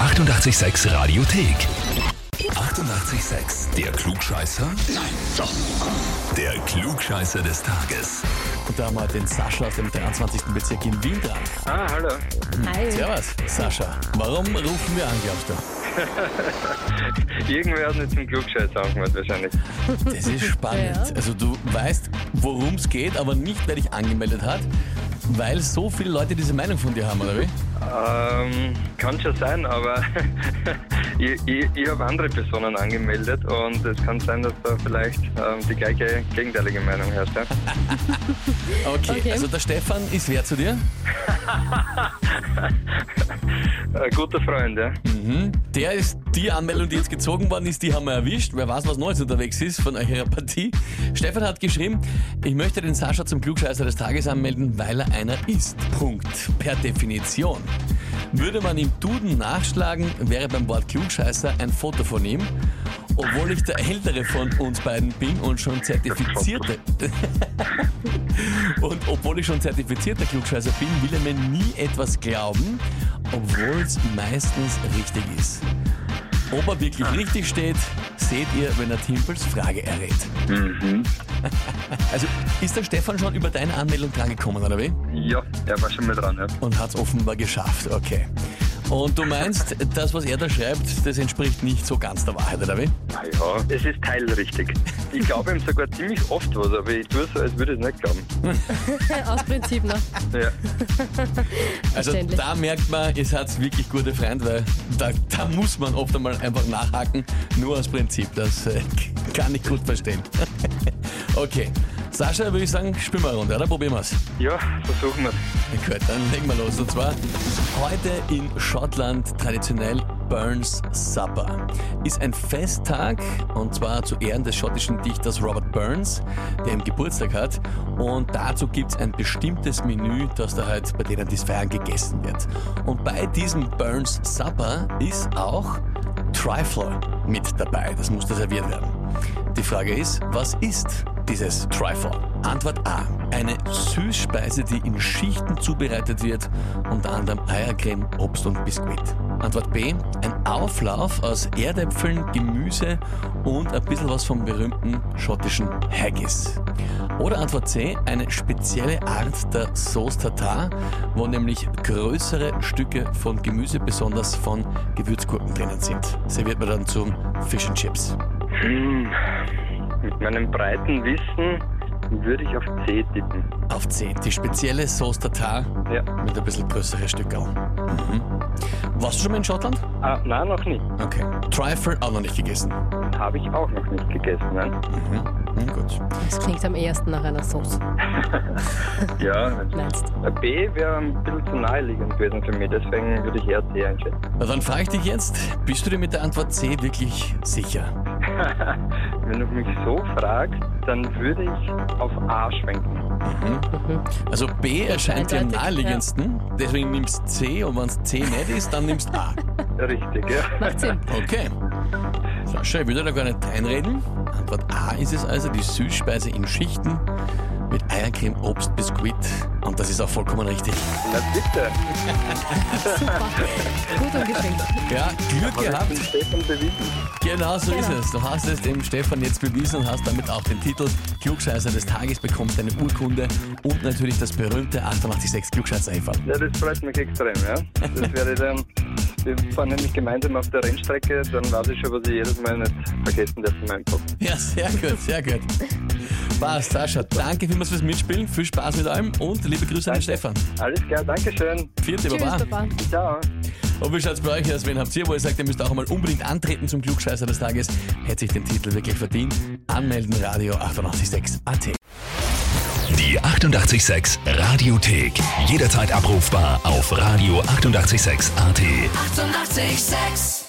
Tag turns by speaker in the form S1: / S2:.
S1: 886 Radiothek. 88,6. Der Klugscheißer? Nein, doch. Der Klugscheißer des Tages.
S2: Und da haben wir den Sascha aus dem 23. Bezirk in Wien dran.
S3: Ah, hallo.
S4: Hi.
S2: Servus, Sascha. Warum rufen wir an, glaubst du?
S3: Irgendwer hat mich zum Klugscheiß aufgemacht wahrscheinlich.
S2: Das ist spannend.
S4: Ja.
S2: Also du weißt, worum es geht, aber nicht, wer dich angemeldet hat, weil so viele Leute diese Meinung von dir haben, oder wie?
S3: Ähm, kann schon sein, aber ich, ich, ich habe andere Personen angemeldet und es kann sein, dass da vielleicht ähm, die gleiche gegenteilige Meinung herrscht. Ja?
S2: Okay,
S4: Okay.
S2: also der Stefan ist wer zu dir?
S3: Ein Äh, guter Freund, ja.
S2: Der ist die Anmeldung, die jetzt gezogen worden ist, die haben wir erwischt. Wer weiß, was Neues unterwegs ist von eurer Partie. Stefan hat geschrieben, ich möchte den Sascha zum Klugscheißer des Tages anmelden, weil er einer ist. Punkt. Per Definition. Würde man im Duden nachschlagen, wäre beim Wort Klugscheißer ein Foto von ihm. Obwohl ich der ältere von uns beiden bin und schon zertifizierte. Und obwohl ich schon zertifizierter Klugscheißer bin, will er mir nie etwas glauben, obwohl es meistens richtig ist. Ob er wirklich richtig steht, seht ihr, wenn er Timpels Frage errät. Also ist der Stefan schon über deine Anmeldung drangekommen, oder wie?
S3: Ja, er war schon mal dran, ja.
S2: Und hat es offenbar geschafft, okay. Und du meinst, das, was er da schreibt, das entspricht nicht so ganz der Wahrheit, oder wie?
S3: Na Ah, ja, es ist teilrichtig. Ich glaube ihm sogar ziemlich oft was, aber ich tue so, als würde ich es nicht glauben.
S4: Aus Prinzip noch.
S3: Ja,
S2: Also
S4: Verständlich.
S2: da merkt man, ihr seid wirklich gute Freunde, weil da, da muss man oft einmal einfach nachhaken, nur aus Prinzip. Das äh, kann ich gut verstehen. okay, Sascha, würde ich sagen, spielen wir eine Runde, oder? Probieren wir's.
S3: ja versuchen wir es.
S2: Gut, dann legen wir los. Und zwar heute in Schottland traditionell Burns Supper. Ist ein Festtag und zwar zu Ehren des schottischen Dichters Robert Burns, der im Geburtstag hat. Und dazu gibt's ein bestimmtes Menü, das da halt bei denen, die es feiern, gegessen wird. Und bei diesem Burns Supper ist auch Trifle mit dabei. Das muss da serviert werden. Die Frage ist, was ist dieses Trifle? Antwort A. Eine Süßspeise, die in Schichten zubereitet wird, unter anderem Eiercreme, Obst und Biskuit. Antwort B. Ein Auflauf aus Erdäpfeln, Gemüse und ein bisschen was vom berühmten schottischen Haggis. Oder Antwort C, eine spezielle Art der Sauce Tatar, wo nämlich größere Stücke von Gemüse, besonders von Gewürzgurken drinnen sind. Serviert man dann zum Fish and Chips.
S3: Hm, mit meinem breiten Wissen würde ich auf C tippen.
S2: Auf C, die spezielle Sauce Tatar
S3: Ja.
S2: mit ein bisschen größere Stücke. Mhm. Warst du schon mal in Schottland?
S3: Ah, nein, noch nicht.
S2: Okay. Trifle auch noch nicht gegessen.
S3: Habe ich auch noch nicht gegessen, ne? nein.
S2: Mhm, gut.
S4: Das klingt am ehesten nach einer Sauce.
S3: Ja,
S4: Meinst du?
S3: B wäre ein bisschen zu naheliegend gewesen für mich, deswegen würde ich eher C einschätzen.
S2: Na, dann frage ich dich jetzt, bist du dir mit der Antwort C wirklich sicher?
S3: Wenn du mich so fragst, dann würde ich auf A schwenken.
S4: Mhm.
S2: Also B erscheint dir am
S4: eindeutig, ja.
S2: naheliegendsten, deswegen nimmst C und wenn es C nicht ist, dann nimmst A.
S3: Richtig, ja.
S4: Macht Sinn.
S2: Okay. Sascha, ich will dir da gar nicht einreden. Antwort A ist es also, die Süßspeise in Schichten mit Eiercreme, Obst, Biskuit. Und das ist auch vollkommen richtig.
S3: Na bitte.
S4: Super. Gut umgeschenkt.
S2: Ja, Glück
S3: Hab
S2: gehabt.
S3: Also ich den Stefan bewiesen?
S2: Genau so ist
S4: Genau.
S2: es. Du hast es dem Stefan jetzt bewiesen und hast damit auch den Titel Klugscheißer des Tages bekommt eine Urkunde und natürlich das berühmte 886 klugscheißer -Eferl.
S3: Ja, das freut mich extrem, ja. Das wäre dann... Wir fahren nämlich gemeinsam auf der Rennstrecke, dann weiß ich schon, was ich jedes Mal nicht vergessen darf in meinem Kopf.
S2: Ja, sehr gut, sehr gut. Passt, Sascha. Danke vielmals fürs Mitspielen. Viel Spaß mit allem und liebe Grüße an den Stefan.
S3: Alles klar, Dankeschön.
S2: Vierte
S4: Tschüss,
S2: Baba.
S4: Baba.
S3: Ciao.
S2: Und wie schaut's bei euch aus? Wen habt ihr, wo ihr sagt, ihr müsst auch einmal unbedingt antreten zum Klugscheißer des Tages? Hätte sich den Titel wirklich verdient? Anmelden, Radio 886 AT.
S1: Die 88,6 Radiothek. Jederzeit abrufbar auf radio886.at. 88,6.
S5: Eighty-eight, sex.